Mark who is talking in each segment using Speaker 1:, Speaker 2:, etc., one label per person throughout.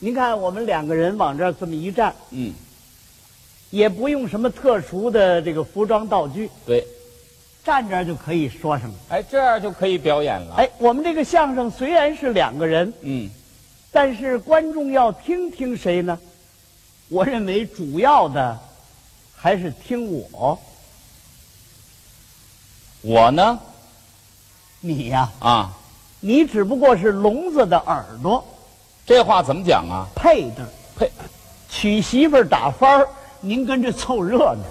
Speaker 1: 您看我们两个人往这儿这么一站，
Speaker 2: 嗯，
Speaker 1: 也不用什么特殊的这个服装道具，
Speaker 2: 对，
Speaker 1: 站这儿就可以说上了。
Speaker 2: 哎，这样就可以表演了。
Speaker 1: 哎，我们这个相声虽然是两个人，
Speaker 2: 嗯，
Speaker 1: 但是观众要听听谁呢？我认为主要的还是听我，
Speaker 2: 我呢，
Speaker 1: 你呀、
Speaker 2: 啊，
Speaker 1: 你只不过是聋子的耳朵
Speaker 2: 这话怎么讲啊？
Speaker 1: 配的，
Speaker 2: 呸，
Speaker 1: 娶媳妇儿打幡儿，您跟着凑热闹。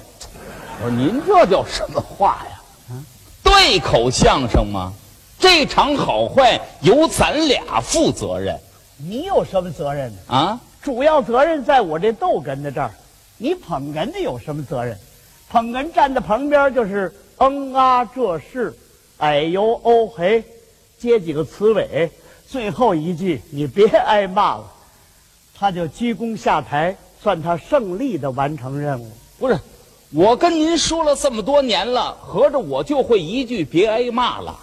Speaker 2: 我说您这叫什么话呀？啊对口相声吗？这场好坏由咱俩负责任
Speaker 1: 你有什么责任呢？
Speaker 2: 啊！
Speaker 1: 主要责任在我这逗哏的这儿，你捧哏的有什么责任？捧哏站在旁边就是嗯啊，这是，哎呦哦嘿，接几个词尾，最后一句你别挨骂了，他就鞠躬下台，算他胜利的完成任务。
Speaker 2: 不是，我跟您说了这么多年了，合着我就会一句别挨骂了。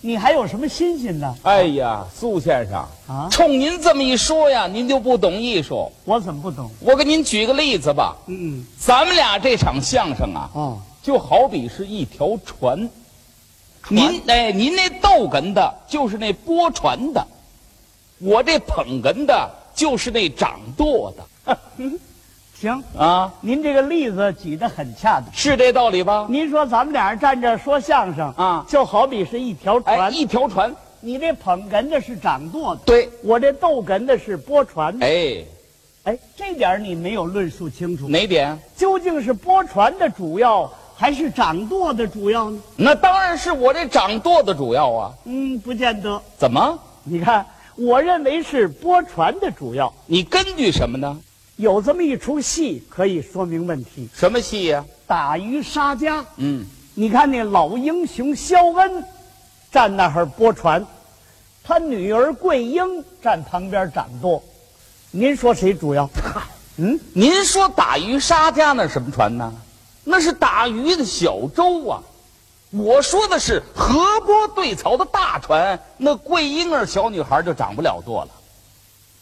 Speaker 1: 你还有什么信心呢？
Speaker 2: 哎呀，苏先生
Speaker 1: 啊
Speaker 2: 冲您这么一说呀，您就不懂艺术。
Speaker 1: 我怎么不懂？
Speaker 2: 我给您举个例子吧，
Speaker 1: 嗯，
Speaker 2: 咱们俩这场相声啊，
Speaker 1: 哦，
Speaker 2: 就好比是一条船。您哎，您那逗哏的，就是那拨船的；我这捧哏的，就是那掌舵的。
Speaker 1: 行，
Speaker 2: 啊，
Speaker 1: 您这个例子举得很恰当。
Speaker 2: 是这道理吧？
Speaker 1: 您说咱们俩人站这儿说相声
Speaker 2: 啊
Speaker 1: 就好比是一条船，
Speaker 2: 哎，一条船，
Speaker 1: 你这捧哏的是掌舵的，
Speaker 2: 对，
Speaker 1: 我这逗哏的是拨船的。
Speaker 2: 哎，
Speaker 1: 哎，这点儿你没有论述清楚，
Speaker 2: 哪点？
Speaker 1: 究竟是拨船的主要还是掌舵的主要呢？
Speaker 2: 那当然是我这掌舵的主要啊。
Speaker 1: 嗯，不见得。
Speaker 2: 怎么？
Speaker 1: 你看，我认为是拨船的主要。
Speaker 2: 你根据什么呢？
Speaker 1: 有这么一出戏可以说明问题，
Speaker 2: 什么戏呀、
Speaker 1: 打渔杀家。
Speaker 2: 嗯，
Speaker 1: 你看那老英雄肖恩站那儿拨船，他女儿桂英站旁边掌舵。您说谁主要？嗯，
Speaker 2: 您说打鱼杀家那是什么船呢？那是打鱼的小舟啊。我说的是河波对槽的大船，那桂英儿小女孩就掌不了舵了。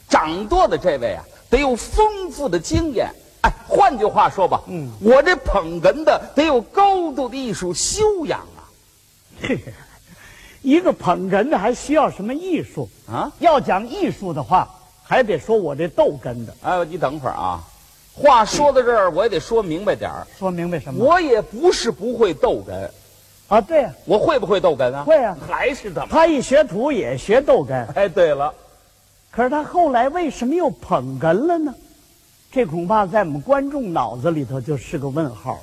Speaker 2: 掌舵的这位啊，得有丰富的经验。哎，换句话说吧，
Speaker 1: 嗯
Speaker 2: 我这捧哏的得有高度的艺术修养
Speaker 1: 一个捧哏的还需要什么艺术？
Speaker 2: 啊啊！
Speaker 1: 要讲艺术的话，还得说我这逗哏的，
Speaker 2: 哎，你等会儿啊，话说到这儿，我也得说明白点儿。
Speaker 1: 说明白什么？
Speaker 2: 我也不是不会逗哏，
Speaker 1: 啊，对呀、
Speaker 2: 我会不会逗哏啊？
Speaker 1: 会啊
Speaker 2: 还是怎么？
Speaker 1: 他一学徒也学逗哏，
Speaker 2: 哎，对了，
Speaker 1: 可是他后来为什么又捧哏了呢？这恐怕在我们观众脑子里头就是个问号。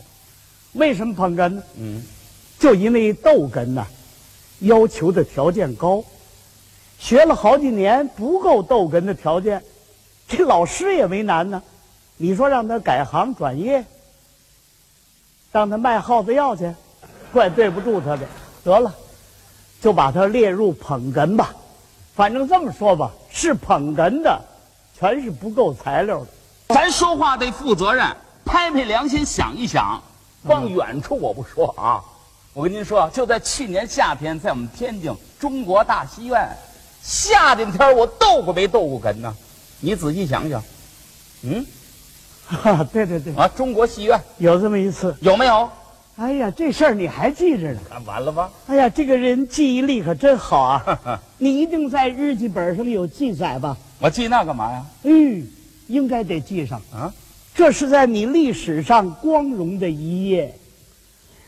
Speaker 1: 为什么捧哏呢？
Speaker 2: 嗯，
Speaker 1: 就因为逗哏呐、要求的条件高，学了好几年不够逗哏的条件，这老师也为难呢。你说让他改行转业，让他卖耗子药去，怪对不住他的。得了，就把他列入捧哏吧。反正这么说吧，是捧哏的，全是不够材料的。
Speaker 2: 咱说话得负责任，拍拍良心想一想。往远处我不说啊，我跟您说啊，就在去年夏天，在我们天津中国大戏院，夏天天儿我逗过没逗过哏呢？你仔细想想，嗯
Speaker 1: 哈， 对对对，
Speaker 2: 啊，中国戏院
Speaker 1: 有这么一次。
Speaker 2: 有没有？
Speaker 1: 哎呀，这事儿你还记着呢。
Speaker 2: 啊，完了吧？
Speaker 1: 哎呀，这个人记忆力可真好 啊！你一定在日记本上有记载吧？
Speaker 2: 我记那干嘛呀？
Speaker 1: 嗯，应该得记上。
Speaker 2: 啊，
Speaker 1: 这是在你历史上光荣的一页。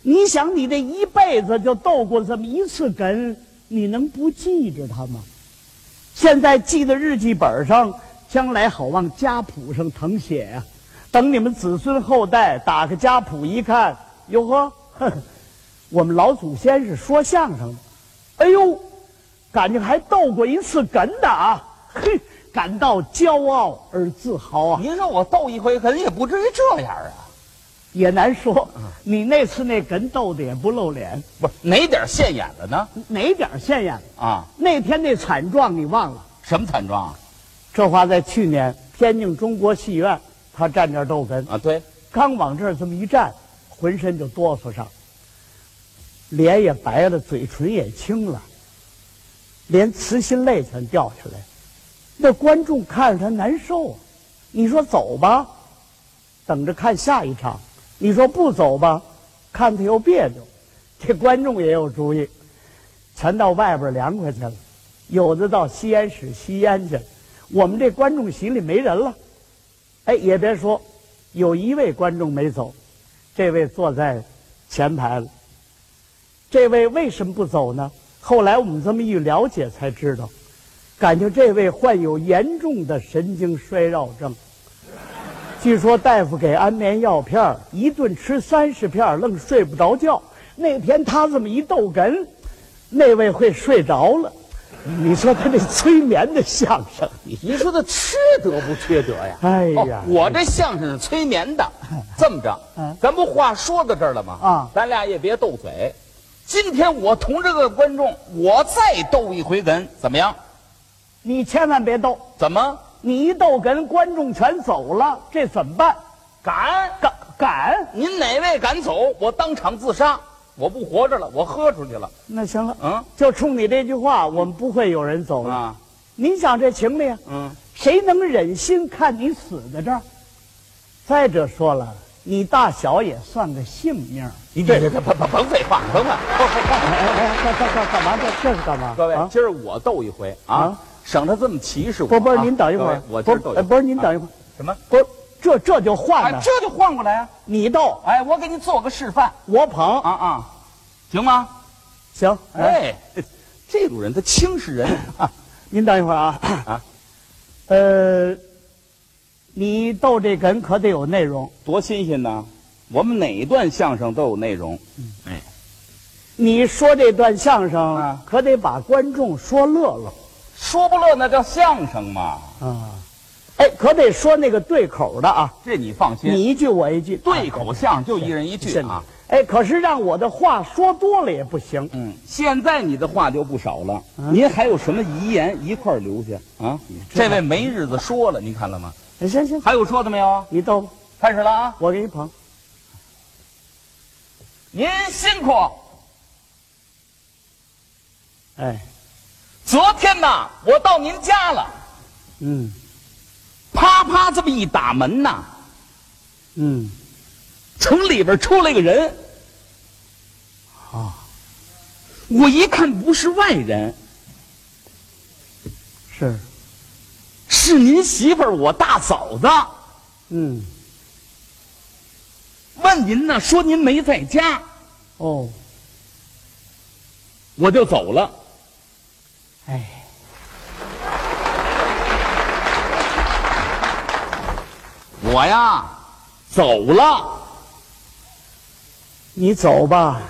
Speaker 1: 你想，你这一辈子就斗过这么一次哏，你能不记着它吗？现在记在日记本上，将来好往家谱上誊写呀、等你们子孙后代打开家谱一看，哟呵，呵我们老祖先是说相声的，哎呦，感觉还斗过一次哏的啊，嘿，感到骄傲而自豪啊。
Speaker 2: 您说我逗一回哏也不至于这样啊。
Speaker 1: 也难说。你那次那哏逗的也不露脸，
Speaker 2: 不是哪点儿现眼了呢？
Speaker 1: 哪点儿现眼了？
Speaker 2: 啊，
Speaker 1: 那天那惨状你忘了？
Speaker 2: 什么惨状啊？
Speaker 1: 这话在去年天津中国戏院，他站这儿逗哏，
Speaker 2: 啊， 对，
Speaker 1: 刚往这儿这么一站，浑身就哆嗦上，脸也白了，嘴唇也青了，连慈心泪全掉下来。那观众看着他难受啊。你说走吧，等着看下一场；你说不走吧，看他又别扭。这观众也有主意，全到外边凉快去了，有的到吸烟室吸烟去了。我们这观众席里没人了，哎，也别说，有一位观众没走，这位坐在前排了。这位为什么不走呢？后来我们这么一了解才知道，感觉这位患有严重的神经衰弱症。据说大夫给安眠药片儿一顿吃三十片儿愣睡不着觉。那天他这么一逗哏，那位会睡着了。你说他这催眠的相声，
Speaker 3: 您说他缺德不缺德呀？
Speaker 1: 哎
Speaker 2: 哦
Speaker 1: 呀，，嗯
Speaker 2: 我这相声是催眠 的。这么着，咱不话说到这儿了吗？
Speaker 1: 啊
Speaker 2: 咱俩也别斗嘴。今天我同这个观众，我再斗一回哏，怎么样？
Speaker 1: 你千万别逗，
Speaker 2: 怎么
Speaker 1: 你一逗哏，观众全走了，这怎么办？
Speaker 2: 敢？
Speaker 1: 敢敢？
Speaker 2: 您哪位敢走？我当场自杀！我不活着了，我喝出去了。
Speaker 1: 那行了，
Speaker 2: 嗯
Speaker 1: 就冲你这句话，我们不会有人走了。
Speaker 2: 啊，
Speaker 1: 您想这情理啊？
Speaker 2: 嗯，
Speaker 1: 谁能忍心看你死在这儿？再者说了，你大小也算个性命儿。
Speaker 2: 你别别别甭甭甭废话，甭废话。
Speaker 1: 哎 哎哎，干干干干嘛？这这是干嘛？
Speaker 2: 各位，
Speaker 1: 啊
Speaker 2: 今儿我斗一回啊
Speaker 1: 啊，
Speaker 2: 省得这么歧视我
Speaker 1: 不
Speaker 2: 啊。
Speaker 1: 不是，您等一会儿
Speaker 2: 各位，我今
Speaker 1: 不是
Speaker 2: 儿斗一
Speaker 1: 哎
Speaker 2: 回
Speaker 1: 不哎是您等一会儿，
Speaker 2: 什么？
Speaker 1: 不是这这就换
Speaker 2: 啊，
Speaker 1: 了，
Speaker 2: 这就换过来啊！
Speaker 1: 你斗
Speaker 2: 哎，我给你做个示范
Speaker 1: 我捧，
Speaker 2: 啊啊，行吗？
Speaker 1: 行，来
Speaker 2: 哎，这种人他轻视人啊！
Speaker 1: 您等一会儿啊
Speaker 2: 啊，
Speaker 1: 呃，你逗这哏可得有内容，
Speaker 2: 多新鲜呐！我们哪一段相声都有内容。哎，
Speaker 1: 你说这段相声
Speaker 2: 啊
Speaker 1: 可得把观众说乐了。
Speaker 2: 说不乐那叫相声嘛，
Speaker 1: 啊，哎，可得说那个对口的啊，
Speaker 2: 这你放心。
Speaker 1: 你一句我一句，啊
Speaker 2: 对口相声就一人一句
Speaker 1: 是
Speaker 2: 啊。。
Speaker 1: 哎，可是让我的话说多了也不行，
Speaker 2: 嗯，现在你的话就不少了，
Speaker 1: 嗯
Speaker 2: 您还有什么遗言一块儿留下啊？这位没日子说了，您看了吗？
Speaker 1: 哎行行，
Speaker 2: 还有说的没有啊？
Speaker 1: 你逗吧，
Speaker 2: 开始了啊！
Speaker 1: 我给你捧。
Speaker 2: 您辛苦。
Speaker 1: 哎，
Speaker 2: 昨天呐，我到您家了，
Speaker 1: 嗯
Speaker 2: 啪啪这么一打门呐，
Speaker 1: 嗯，
Speaker 2: 从里边出来个人。啊！
Speaker 1: 啊
Speaker 2: 我一看不是外人，
Speaker 1: 是，
Speaker 2: 是您媳妇儿，我大嫂子。
Speaker 1: 嗯
Speaker 2: 问您呢，说您没在家，
Speaker 1: 哦，
Speaker 2: 我就走了。
Speaker 1: 哎，
Speaker 2: 我呀，走了。
Speaker 1: 你走吧。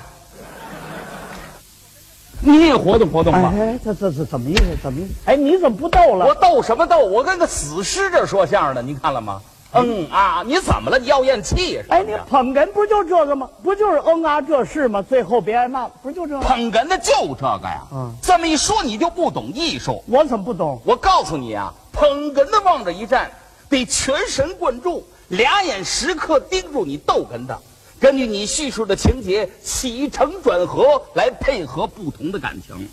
Speaker 2: 你也活动活动
Speaker 1: 哎
Speaker 2: 吧。
Speaker 1: 哎，这这这怎么意思？怎么意思？哎，你怎么不逗
Speaker 2: 我
Speaker 1: 了？
Speaker 2: 斗什么斗？我跟个死尸这说相声的，您看了吗？嗯啊，你怎么了？你要咽气呀？
Speaker 1: 哎，你捧哏不就这个吗？不就是嗯啊这事吗？最后别挨骂，不就这个吗？
Speaker 2: 捧哏的就这个呀。
Speaker 1: 嗯
Speaker 2: 这么一说你就不懂艺术。
Speaker 1: 我怎么不懂？
Speaker 2: 我告诉你啊，捧哏的往这一站，得全神贯注，俩眼时刻盯住你逗哏的，根据你叙述的情节起承转合来配合不同的感情。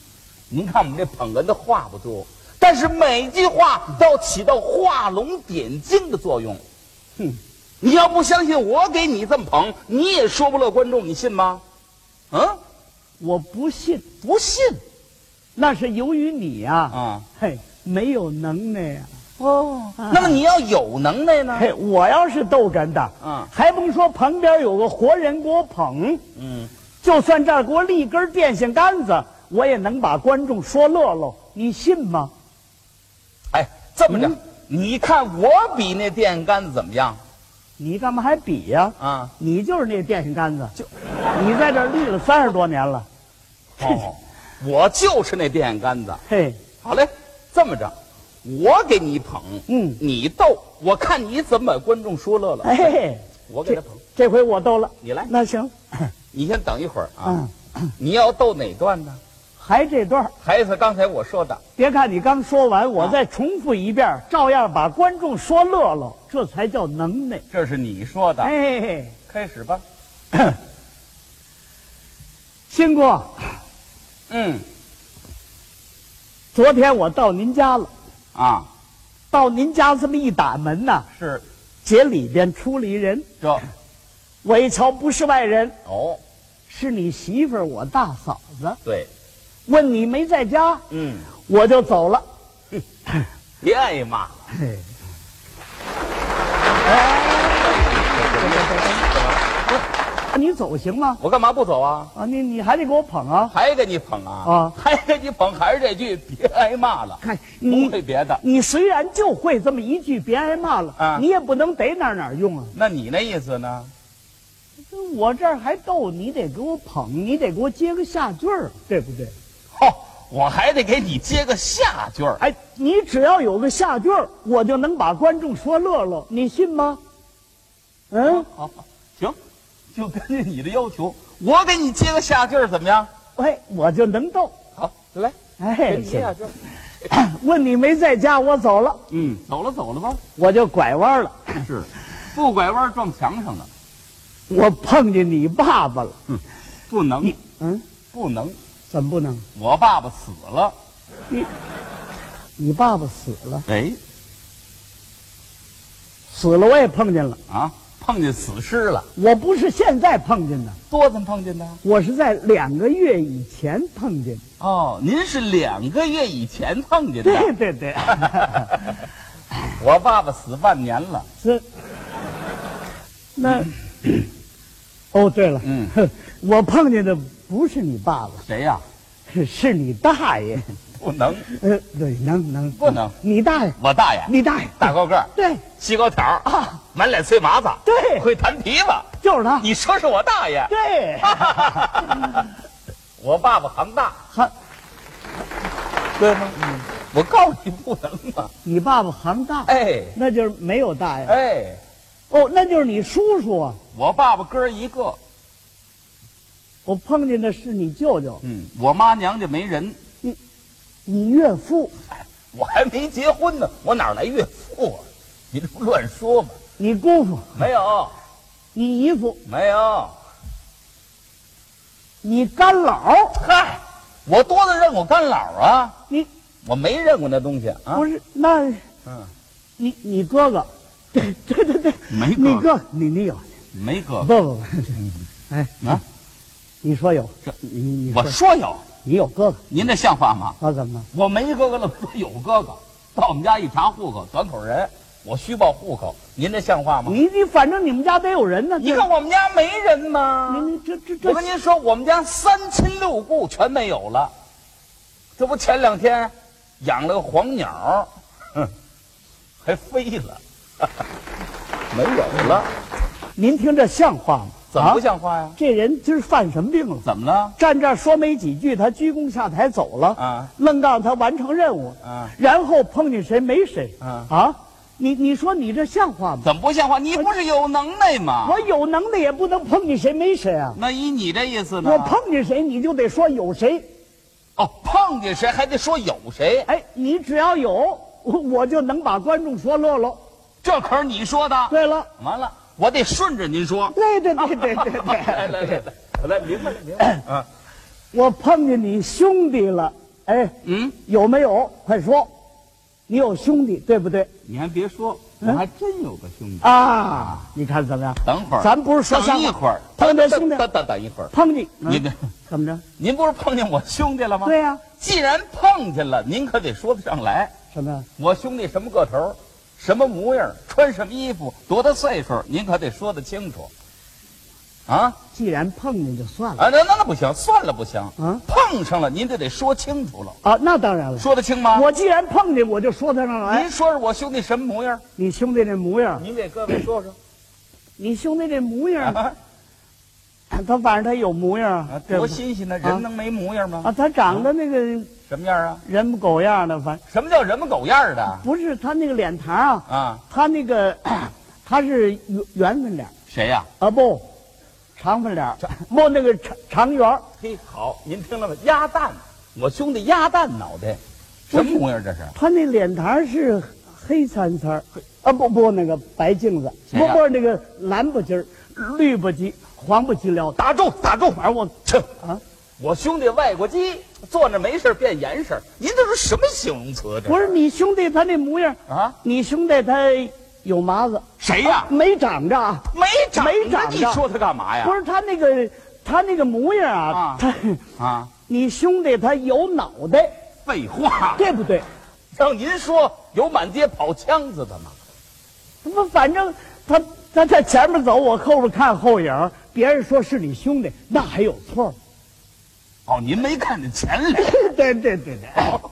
Speaker 2: 您看我们这捧哏的话不多，但是每句话都起到画龙点睛的作用。
Speaker 1: 哼，
Speaker 2: 你要不相信我给你这么捧，你也说不乐观众，你信吗？嗯，
Speaker 1: 我不信。
Speaker 2: 不信
Speaker 1: 那是由于你呀、
Speaker 2: 啊。
Speaker 1: 嘿，没有能耐呀、
Speaker 2: 哦，那么你要有能耐呢？
Speaker 1: 嘿，我要是逗哏的，
Speaker 2: 嗯
Speaker 1: 还甭说旁边有个活人给我捧，
Speaker 2: 嗯。
Speaker 1: 就算这儿给我立根电线杆子，我也能把观众说乐喽。你信吗？
Speaker 2: 哎，这么着，
Speaker 1: 嗯
Speaker 2: 你看我比那电线杆子怎么样
Speaker 1: 你干嘛还比呀、
Speaker 2: 啊？
Speaker 1: 你就是那电线杆子，
Speaker 2: 就
Speaker 1: 你在这儿立了三十多年了。
Speaker 2: 哦，我就是那电线杆子。
Speaker 1: 嘿，
Speaker 2: 好嘞，这么着，我给你捧，
Speaker 1: 嗯
Speaker 2: 你逗，我看你怎么把观众说乐了。
Speaker 1: 哎，嘿
Speaker 2: 我给
Speaker 1: 这
Speaker 2: 他捧，
Speaker 1: 这回我逗了，
Speaker 2: 你来啊
Speaker 1: 那行，
Speaker 2: 你先等一会儿啊
Speaker 1: 嗯。
Speaker 2: 你要逗哪段呢？
Speaker 1: 还这段儿
Speaker 2: 还是刚才我说的？
Speaker 1: 别看你刚说完，我
Speaker 2: 啊
Speaker 1: 再重复一遍儿，照样把观众说乐了，这才叫能耐。
Speaker 2: 这是你说的。
Speaker 1: 哎，
Speaker 2: 开始吧。
Speaker 1: 辛苦。
Speaker 2: 嗯，
Speaker 1: 昨天我到您家了，
Speaker 2: 啊，
Speaker 1: 到您家这么一打门呐、
Speaker 2: 是
Speaker 1: 姐里边出了一人，
Speaker 2: 这
Speaker 1: 我一瞧不是外人，
Speaker 2: 哦，
Speaker 1: 是你媳妇儿，我大嫂子。
Speaker 2: 对，
Speaker 1: 问你没在家，
Speaker 2: 嗯，
Speaker 1: 我就走了。
Speaker 2: 别挨骂了。
Speaker 1: 啊你走行吗？
Speaker 2: 我干嘛不走啊？
Speaker 1: 啊，你你还得给我捧啊！
Speaker 2: 还给你捧啊？
Speaker 1: 啊
Speaker 2: 还给你捧，还是这句，别挨骂了。
Speaker 1: 看
Speaker 2: 不
Speaker 1: 你
Speaker 2: 会别的，
Speaker 1: 你虽然就会这么一句“别挨骂了”，
Speaker 2: 啊
Speaker 1: 你也不能逮哪儿哪儿用啊。
Speaker 2: 那你那意思呢？
Speaker 1: 我这儿还逗，你得给我捧，你得给我接个下句儿，对不对？
Speaker 2: 哦，我还得给你接个下句儿。
Speaker 1: 哎，你只要有个下句儿，我就能把观众说乐了，你信吗？嗯，
Speaker 2: 好，行，就根据你的要求，我给你接个下句儿，怎么样？
Speaker 1: 哎，我就能逗。
Speaker 2: 好，来，
Speaker 1: 哎，
Speaker 2: 接下句儿。
Speaker 1: 问你没在家，我走了，
Speaker 2: 嗯，走了走了吧。
Speaker 1: 我就拐弯了，
Speaker 2: 是，不拐弯撞墙上了，
Speaker 1: 我碰见你爸爸了。
Speaker 2: 不能
Speaker 1: 你，嗯，
Speaker 2: 不能。
Speaker 1: 怎么不能？
Speaker 2: 我爸爸死了。
Speaker 1: 你爸爸死了，
Speaker 2: 哎，
Speaker 1: 死了我也碰见了，
Speaker 2: 啊，碰见死尸了。
Speaker 1: 我不是现在碰见的，
Speaker 2: 多怎么碰见的？
Speaker 1: 我是在两个月以前碰见的。
Speaker 2: 哦，您是两个月以前碰见的。
Speaker 1: 对 对对，
Speaker 2: 我爸爸死半年了。
Speaker 1: 是。那，哦，对了，
Speaker 2: 嗯，
Speaker 1: 我碰见的不是你爸爸，
Speaker 2: 谁呀、
Speaker 1: 是你大爷。
Speaker 2: 不能，
Speaker 1: 呃，对，能能
Speaker 2: 嗯不能
Speaker 1: 你大爷，
Speaker 2: 我大爷，
Speaker 1: 你大爷，
Speaker 2: 大高个儿，
Speaker 1: 对，
Speaker 2: 细高挑儿
Speaker 1: 啊，
Speaker 2: 满脸碎麻子，
Speaker 1: 对
Speaker 2: 会弹琵琶。
Speaker 1: 就是他，
Speaker 2: 你啊说是我大 爷？
Speaker 1: 对，
Speaker 2: 我爸爸行大，
Speaker 1: 行，
Speaker 2: 对吗？我告诉你不能啊！
Speaker 1: 你爸爸行大，
Speaker 2: 哎
Speaker 1: 那就是没有大爷。
Speaker 2: 哎，
Speaker 1: 哦，那就是你叔叔啊。
Speaker 2: 我爸爸哥儿一个，
Speaker 1: 我碰见的是你舅舅，
Speaker 2: 嗯，我妈娘家没人，
Speaker 1: 你岳父，
Speaker 2: 我还没结婚呢，我哪来岳父啊？你这不乱说吗？
Speaker 1: 你姑父，
Speaker 2: 没有，
Speaker 1: 你姨父，
Speaker 2: 没有，
Speaker 1: 你干姥，
Speaker 2: 嗨，我多的认我干姥儿啊，
Speaker 1: 你
Speaker 2: 我没认过那东西啊
Speaker 1: 不，是那，
Speaker 2: 嗯，
Speaker 1: 你你哥哥，对对对对，
Speaker 2: 没哥哥
Speaker 1: 你哥你你有
Speaker 2: 没哥
Speaker 1: 不
Speaker 2: 哥
Speaker 1: 不不， 哎，
Speaker 2: 啊，
Speaker 1: 你说有
Speaker 2: 这，
Speaker 1: 你你
Speaker 2: 我
Speaker 1: 说
Speaker 2: 说有，
Speaker 1: 你有哥哥，
Speaker 2: 您这像话吗？
Speaker 1: 那怎么了？
Speaker 2: 我没哥哥了，我有哥哥。到我们家一查户口，短口人，我虚报户口，您这像话吗？
Speaker 1: 你你反正你们家得有人呢，
Speaker 2: 你看我们家没人吗？
Speaker 1: 你你这这
Speaker 2: 我
Speaker 1: 这
Speaker 2: 跟您说，我们家三亲六故全没有了。这不前两天养了个黄鸟，哼，还飞 了，没有了，
Speaker 1: 您听这像话吗？
Speaker 2: 怎么不
Speaker 1: 啊？
Speaker 2: 像话呀？
Speaker 1: 这人今儿犯什么病了？
Speaker 2: 怎么了？
Speaker 1: 站这儿说没几句，他鞠躬下台走了
Speaker 2: 啊，
Speaker 1: 愣告诉他完成任务
Speaker 2: 啊，
Speaker 1: 然后碰见谁没谁
Speaker 2: 啊
Speaker 1: 你你说你这像话吗？
Speaker 2: 怎么不像话？你不是有能耐吗？
Speaker 1: 我有能耐也不能碰见谁没谁啊！
Speaker 2: 那依你这意思呢？
Speaker 1: 我碰见谁你就得说有谁，
Speaker 2: 哦，碰见谁还得说有谁，
Speaker 1: 哎，你只要有，我我就能把观众说乐喽。
Speaker 2: 这可是你说的。
Speaker 1: 对了，啊
Speaker 2: 完了，我得顺着您说。
Speaker 1: 对对对对对
Speaker 2: 来来
Speaker 1: 对，
Speaker 2: 来，我来明白了明白了。啊，
Speaker 1: 我碰见你兄弟了，哎，
Speaker 2: 嗯，
Speaker 1: 有没有？快说，你有兄弟对不对？
Speaker 2: 你还别说，我还真有个兄弟。
Speaker 1: 啊，你看怎么样？
Speaker 2: 等会儿，
Speaker 1: 咱不是说像
Speaker 2: 等一会儿，
Speaker 1: 碰
Speaker 2: 等
Speaker 1: 见兄弟
Speaker 2: 等等等一会儿。
Speaker 1: 碰见嗯
Speaker 2: 您
Speaker 1: 怎么着？
Speaker 2: 您不是碰见我兄弟了吗？
Speaker 1: 对呀
Speaker 2: 既然碰见了，您可得说得上来。
Speaker 1: 什么呀？
Speaker 2: 我兄弟什么个头，什么模样，穿什么衣服，多大岁数，您可得说得清楚。啊
Speaker 1: 既然碰见就算了
Speaker 2: 啊，那那那不行，算了不行。
Speaker 1: 嗯
Speaker 2: 碰上了，您就得说清楚了，
Speaker 1: 啊，那当然了。
Speaker 2: 说得清吗？
Speaker 1: 我既然碰见，我就说得上来
Speaker 2: 您。说说我兄弟什么模样？
Speaker 1: 你啊兄弟这模样，
Speaker 2: 您给各位说说。
Speaker 1: 你兄弟这模样，
Speaker 2: 啊
Speaker 1: 他反正他有模样
Speaker 2: 啊
Speaker 1: 啊，，对不
Speaker 2: 多新鲜呢！
Speaker 1: 啊
Speaker 2: 人能没模样吗？
Speaker 1: 啊，他长得那个
Speaker 2: 什么样啊？
Speaker 1: 人不狗样的，反正
Speaker 2: 什么叫人模狗样的
Speaker 1: 不是他那个脸膛啊，
Speaker 2: 啊？
Speaker 1: 他那个 他是圆圆粉脸
Speaker 2: 谁呀、
Speaker 1: 啊，不长粉脸，不那个长长圆儿
Speaker 2: 嘿，好，您听了吗？鸭蛋，我兄弟鸭蛋脑袋，什么模样这是？
Speaker 1: 他那脸膛是黑参参儿，啊不不那个白镜子，
Speaker 2: 谁
Speaker 1: 不
Speaker 2: 呀
Speaker 1: 不是那个蓝不叽儿，绿不叽，黄不叽撩，
Speaker 2: 打住，打住！
Speaker 1: 哎反正我
Speaker 2: 切
Speaker 1: 啊，
Speaker 2: 我兄弟外国鸡坐那没事儿变严实儿，您这是什么形容词？这
Speaker 1: 不是你兄弟他那模样
Speaker 2: 啊
Speaker 1: 你兄弟他有麻子，
Speaker 2: 谁呀、
Speaker 1: 没长着啊，
Speaker 2: 没长着
Speaker 1: 没长着
Speaker 2: 你说他干哎嘛呀？
Speaker 1: 不是他那个他那个模样啊
Speaker 2: 啊，
Speaker 1: 他
Speaker 2: 啊，
Speaker 1: 你兄弟他有脑袋，
Speaker 2: 废话，
Speaker 1: 对不对？
Speaker 2: 让您说有满街跑枪子的吗？
Speaker 1: 他不，反正他他在前面走，我后边看后影，别人说是你兄弟，那还有错吗？
Speaker 2: 哦，您没看见前脸。
Speaker 1: 对对对对，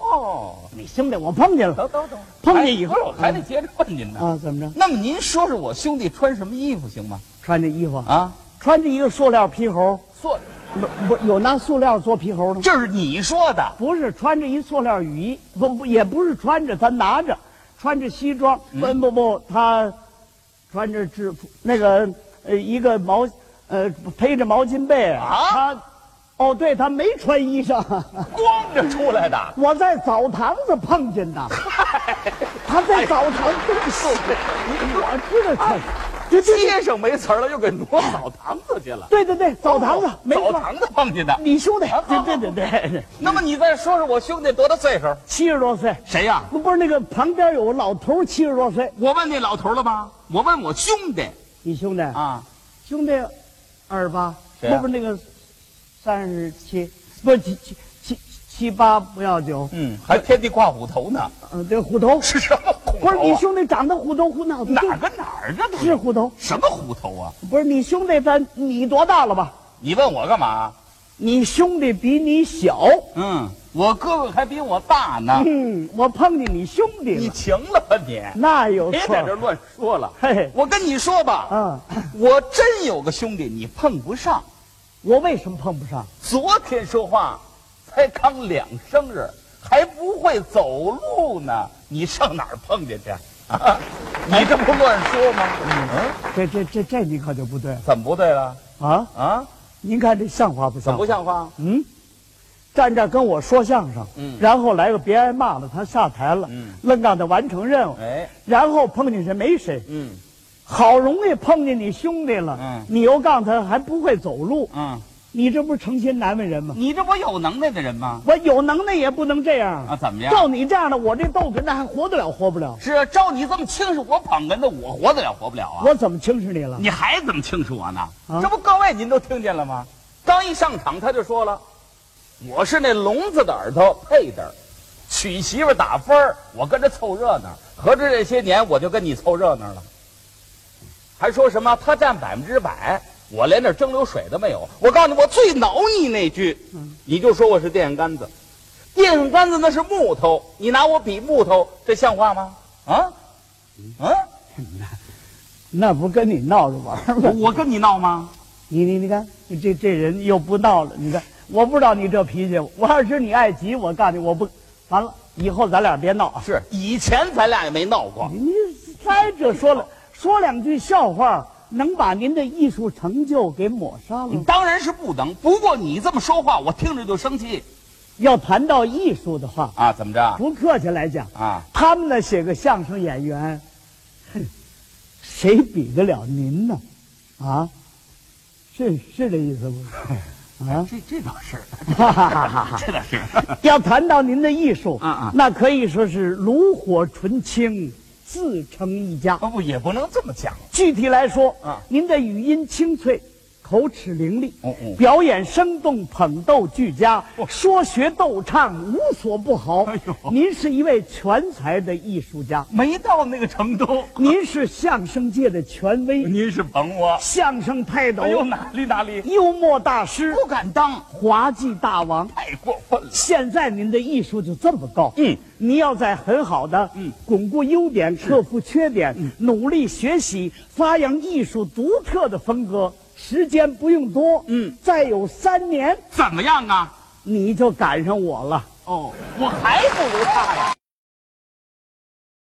Speaker 2: 哦，
Speaker 1: 你兄弟我碰见了
Speaker 2: 等等等，
Speaker 1: 碰见以后
Speaker 2: 哎不是我还得接着问您呢。
Speaker 1: 啊，怎么着？
Speaker 2: 那么您说说我兄弟穿什么衣服行吗？
Speaker 1: 穿着衣服啊，
Speaker 2: 啊，
Speaker 1: 穿着一个塑料皮猴，
Speaker 2: 算，
Speaker 1: 不不有拿塑料做皮猴的吗？
Speaker 2: 这是你说的。
Speaker 1: 不是穿着一塑料雨衣，不不也不是穿着，他拿着，穿着西装，
Speaker 2: 嗯
Speaker 1: 不不不，他穿着制服，那个呃一个毛呃披着毛巾被
Speaker 2: 啊
Speaker 1: 他哦，对他没穿衣裳，
Speaker 2: 光着出来的。
Speaker 1: 我在澡堂子碰见的，他在澡堂子，我知道
Speaker 2: 哎
Speaker 1: 他，对 对对
Speaker 2: 街上没词儿了，又给挪澡堂子去了。
Speaker 1: 对对对，澡堂子
Speaker 2: 哦
Speaker 1: 没
Speaker 2: 澡
Speaker 1: 错，
Speaker 2: 堂子碰见的。
Speaker 1: 你兄弟
Speaker 2: 啊，
Speaker 1: 对
Speaker 2: 好
Speaker 1: 对对对，对
Speaker 2: 那么你再说说我兄弟多大岁数？
Speaker 1: 七十多岁，
Speaker 2: 谁呀、
Speaker 1: 不是那个旁边有个老头儿七十多岁，
Speaker 2: 我问那老头了吗？我问我兄弟
Speaker 1: 你兄弟啊
Speaker 2: 啊，
Speaker 1: 兄弟，二十八，
Speaker 2: 谁啊
Speaker 1: 不不那个三十七，不是七七七七八不要九，
Speaker 2: 嗯，还天地挂虎头呢，
Speaker 1: 嗯，对，虎头，
Speaker 2: 是什么虎头、
Speaker 1: 不
Speaker 2: 啊？
Speaker 1: 是你兄弟长得虎头虎脑，
Speaker 2: 哪
Speaker 1: 对
Speaker 2: 儿啊跟哪儿这都
Speaker 1: 是虎头，
Speaker 2: 什么虎头啊？
Speaker 1: 不是你兄弟他你多大了吧？
Speaker 2: 你问我干嘛？
Speaker 1: 你兄弟比你小，
Speaker 2: 嗯，我哥哥还比我大呢，
Speaker 1: 嗯，我碰见你兄弟
Speaker 2: 你
Speaker 1: 了，
Speaker 2: 行了吧你？
Speaker 1: 那有
Speaker 2: 别
Speaker 1: 错
Speaker 2: 在这儿乱说了。
Speaker 1: 嘿
Speaker 2: 我跟你说吧，
Speaker 1: 啊？
Speaker 2: 我真有个兄弟，你碰不上。
Speaker 1: 我为什么碰不上？
Speaker 2: 昨天说话，才刚两生日，还不会走路呢，你上哪儿碰见去？啊、你这不乱说吗？嗯，
Speaker 1: 这这这这你可就不对了
Speaker 2: 怎么不对了？
Speaker 1: 啊！
Speaker 2: 啊，
Speaker 1: 您看这像话不
Speaker 2: 怎
Speaker 1: 像
Speaker 2: 么
Speaker 1: 话
Speaker 2: 不？像话？
Speaker 1: 嗯，站这儿跟我说相声，
Speaker 2: 嗯
Speaker 1: 然后来个别挨骂了，他下台了，
Speaker 2: 嗯
Speaker 1: 愣让他完成任务，
Speaker 2: 哎，
Speaker 1: 然后碰见谁没谁，
Speaker 2: 嗯
Speaker 1: 好容易碰见你兄弟了，
Speaker 2: 嗯
Speaker 1: 你又告诉他还不会走路，
Speaker 2: 嗯，
Speaker 1: 你这不是成心难为人吗？
Speaker 2: 你这不有能耐的人吗？
Speaker 1: 我有能耐也不能这样
Speaker 2: 啊，！怎么样？
Speaker 1: 照你这样的，我这逗哏的还活得了活不了？
Speaker 2: 是啊，照你这么轻视我捧哏的，我活得了活不了啊？
Speaker 1: 我怎么轻视你了？
Speaker 2: 你还怎么轻视我呢？
Speaker 1: 啊
Speaker 2: 这不各位您都听见了吗？刚一上场他就说了，我是那聋子的耳朵配的，娶媳妇儿打分儿我跟着凑热闹。合着这些年我就跟你凑热闹了，还说什么他占百分之百，我连点蒸馏水都没有。我告诉你，我最挠你那句，你就说我是电线杆子，电线杆子那是木头，你拿我比木头，这像话吗？啊，嗯、
Speaker 1: 那不跟你闹着玩儿吗？
Speaker 2: 我跟你闹吗？
Speaker 1: 你你你看，这这人又不闹了。你看，我不知道你这脾气。我要是你爱急，我告诉你，我不，完了，以后咱俩别闹啊。
Speaker 2: 是以前咱俩也没闹过，
Speaker 1: 你再者说了，说两句笑话，能把您的艺术成就给抹杀了吗？
Speaker 2: 当然是不能。不过你这么说话，我听着就生气
Speaker 1: 要谈到艺术的话，
Speaker 2: 啊！怎么着
Speaker 1: 不客气来讲，
Speaker 2: 啊？
Speaker 1: 他们那些个相声演员，哼谁比得了您呢？啊，是是这意思不？ 啊。
Speaker 2: 这这倒是，
Speaker 1: 哈哈哈哈！
Speaker 2: 这倒是。
Speaker 1: 啊 要谈到您的艺术，
Speaker 2: 啊啊
Speaker 1: 那可以说是炉火纯青，自成一家。
Speaker 2: 不不，也不能这么讲。
Speaker 1: 具体来说，
Speaker 2: 啊
Speaker 1: 您的语音清脆，口齿伶俐，
Speaker 2: 哦哦
Speaker 1: 嗯表演生动，捧逗俱佳，
Speaker 2: 哦
Speaker 1: 说学逗唱无所不好。
Speaker 2: 哎呦
Speaker 1: 您是一位全才的艺术 家，
Speaker 2: 没到那个程度，
Speaker 1: 您是相声界的权威，
Speaker 2: 您是捧我。
Speaker 1: 相声泰斗，
Speaker 2: 哎呦，哪里哪里，
Speaker 1: 幽默大师，
Speaker 2: 不敢当，
Speaker 1: 滑稽大王。
Speaker 2: 太过分了。
Speaker 1: 现在您的艺术就这么高，
Speaker 2: 嗯，
Speaker 1: 您要在很好的，
Speaker 2: 嗯，
Speaker 1: 巩固优点，克服缺点，努力学习，发扬艺术独特的风格，时间不用多，
Speaker 2: 嗯，
Speaker 1: 再有三年
Speaker 2: 怎么样啊？
Speaker 1: 你就赶上我了。
Speaker 2: 哦，我还不如他呀。